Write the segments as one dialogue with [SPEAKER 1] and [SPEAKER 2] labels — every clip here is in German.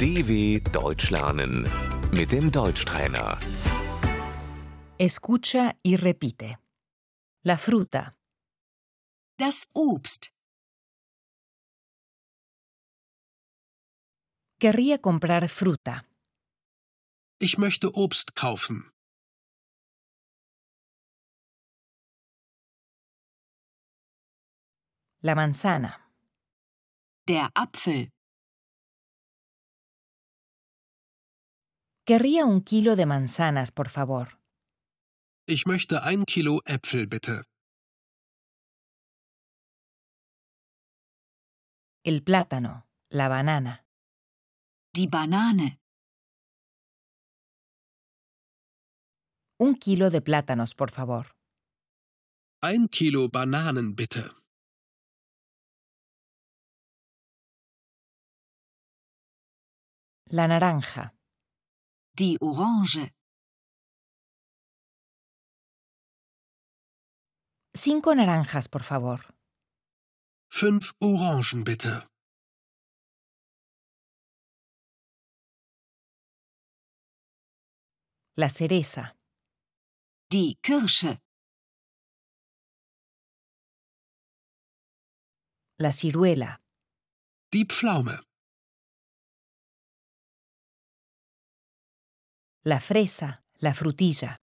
[SPEAKER 1] DW Deutsch lernen mit dem Deutschtrainer.
[SPEAKER 2] Escucha y repite. La fruta,
[SPEAKER 3] Das Obst.
[SPEAKER 2] querría comprar fruta,
[SPEAKER 4] Ich möchte Obst kaufen.
[SPEAKER 2] la manzana,
[SPEAKER 3] Der Apfel.
[SPEAKER 2] querría un kilo de manzanas, por favor,
[SPEAKER 4] Ich möchte ein Kilo Äpfel bitte.
[SPEAKER 2] el plátano, la banana,
[SPEAKER 3] Die Banane.
[SPEAKER 2] un kilo de plátanos, por favor,
[SPEAKER 4] Ein Kilo Bananen bitte.
[SPEAKER 2] la naranja,
[SPEAKER 3] Die Orange.
[SPEAKER 2] cinco naranjas, por favor,
[SPEAKER 4] Fünf Orangen bitte.
[SPEAKER 2] la cereza,
[SPEAKER 3] Die Kirsche.
[SPEAKER 2] la ciruela,
[SPEAKER 4] Die Pflaume.
[SPEAKER 2] la fresa, la frutilla,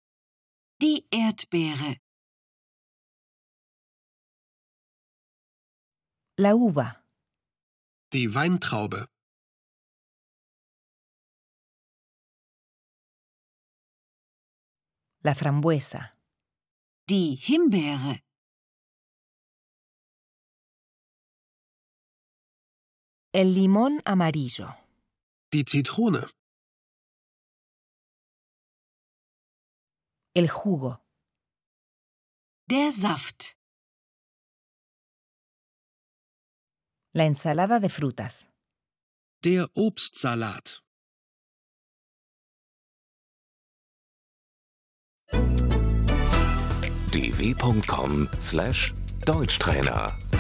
[SPEAKER 3] Die Erdbeere.
[SPEAKER 2] la uva,
[SPEAKER 4] Die Weintraube.
[SPEAKER 2] la frambuesa,
[SPEAKER 3] Die Himbeere.
[SPEAKER 2] el limón amarillo,
[SPEAKER 4] Die Zitrone.
[SPEAKER 2] el jugo,
[SPEAKER 3] Der Saft.
[SPEAKER 2] la ensalada de frutas,
[SPEAKER 4] Der Obstsalat.
[SPEAKER 1] dw.com/deutschtrainer